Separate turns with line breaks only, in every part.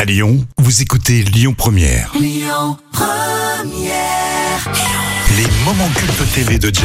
À Lyon, vous écoutez Lyon Première. Les moments cultes TV de Jam.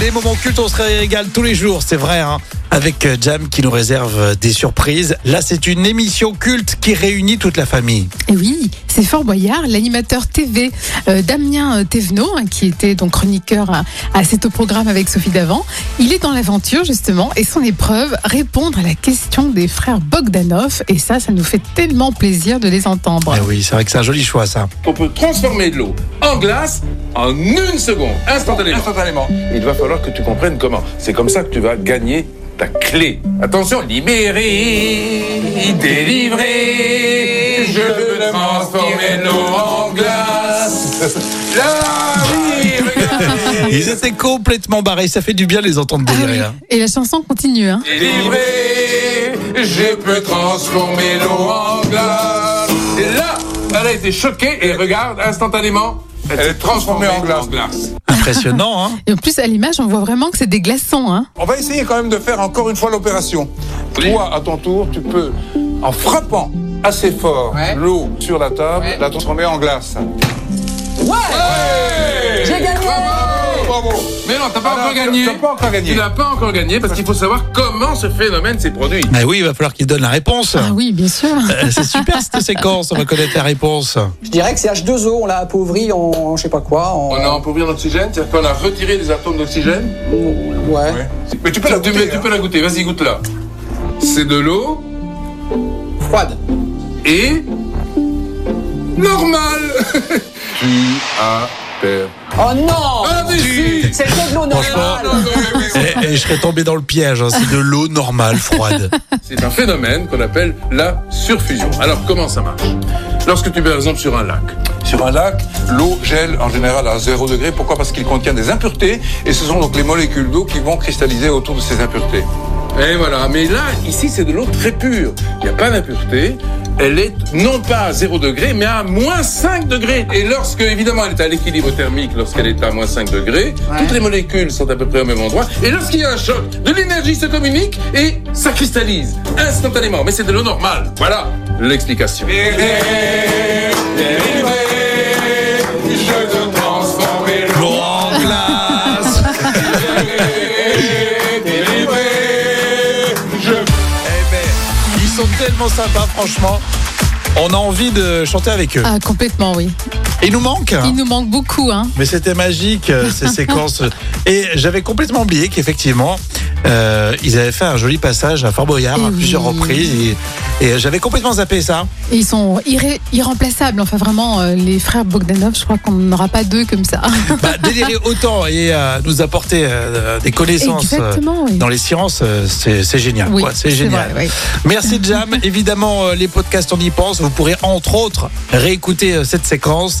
Les moments cultes, on se régale tous les jours, c'est vrai, hein, avec euh, Jam qui nous réserve euh, des surprises. Là, c'est une émission culte qui réunit toute la famille.
Et Eh Oui, c'est Fort Boyard, l'animateur TV euh, Damien euh, Thévenot, hein, qui était donc chroniqueur à, à C'est au programme avec Sophie Davant. Il est dans l'aventure justement et son épreuve, répondre à la question des frères Bogdanov. Et ça, ça nous fait tellement plaisir de les entendre.
Ah oui, c'est vrai que c'est un joli choix, ça.
on peut transformer de l'eau en glace en une seconde, instantanément. Il va falloir que tu comprennes comment. C'est comme ça que tu vas gagner ta clé. Attention, libéré, délivré, je veux transformer de l'eau en glace. Là, oui, regarde,
Ils étaient complètement barrés, ça fait du bien de les entendre
Ah oui,
délirer. hein.
Et la chanson continue. Hein.
délivré, je peux transformer l'eau en glace. Et là, elle a été choquée et regarde, instantanément, elle est transformée en glace.
Impressionnant, hein
Et en plus, à l'image, on voit vraiment que c'est des glaçons. Hein.
On va essayer quand même de faire encore une fois l'opération. Toi, à ton tour, tu peux, en frappant assez fort l'eau sur la table, la transformer en glace.
J'ai gagné
Bravo
Mais non, t'as pas
Ah non,
encore gagné.
t'as pas encore gagné.
Tu n'as pas encore gagné parce qu'il faut savoir comment ce phénomène s'est produit.
Ah oui, il va falloir qu'ils donnent la réponse.
Ah oui, bien sûr.
Euh, C'est super cette séquence, on va connaître la réponse.
Je dirais que c'est H2O, on l'a appauvri en, en je sais pas quoi. En,
On a appauvri l'oxygène, c'est-à-dire qu'on a retiré des atomes d'oxygène.
ouais.
Mais tu peux la
Tu,
goûter,
mais tu
hein.
peux la goûter, vas-y, goûte-la. C'est de l'eau
Froide.
et. normal Tu as perdu.
Oh non
Ah, mais si
C'est le de l'eau
Ah,
normale
non, non, oui, oui,
Et,
oui.
et Eh, je serais tombé dans le piège, hein, c'est de l'eau normale, froide.
C'est un phénomène qu'on appelle la surfusion. Alors, comment ça marche Lorsque tu es par exemple sur un lac,
Sur un lac, l'eau gèle en général à 0 degré. Pourquoi Parce qu'il contient des impuretés et ce sont donc les molécules d'eau qui vont cristalliser autour de ces impuretés.
Et voilà, mais là, ici, c'est de l'eau très pure. Il n'y a pas d'impureté. Elle est non pas à 0 degré, mais à moins 5 degrés. Et lorsque, évidemment, elle est à l'équilibre thermique, lorsqu'elle est à moins 5 degrés, toutes les molécules sont à peu près au même endroit. Et lorsqu'il y a un choc, de l'énergie se communique et ça cristallise instantanément. Mais c'est de l'eau normale. Voilà l'explication.
L'eau en glace Eh ben, ils sont tellement sympas, franchement. On a envie de chanter avec eux.
Ah, complètement, oui.
Il nous manque.
Ah. Il nous manque beaucoup. Hein.
Mais c'était magique, euh, ces séquences. Et j'avais complètement oublié qu'effectivement, euh, ils avaient fait un joli passage à Fort Boyard
Eh
à
oui.
plusieurs reprises. Et, et j'avais complètement zappé ça.
Et ils sont irré- irremplaçables. Enfin, vraiment, euh, les frères Bogdanov, je crois qu'on n'aura pas deux comme ça.
Bah, délirer autant et euh, nous apporter euh, des connaissances euh,
Exactement, oui.
dans les sciences, euh, c'est c'est génial.
Oui,
quoi, c'est
c'est
génial.
vrai, oui.
Merci Jam. Évidemment, euh, les podcasts, on y pense. Vous pourrez entre autres réécouter euh, cette séquence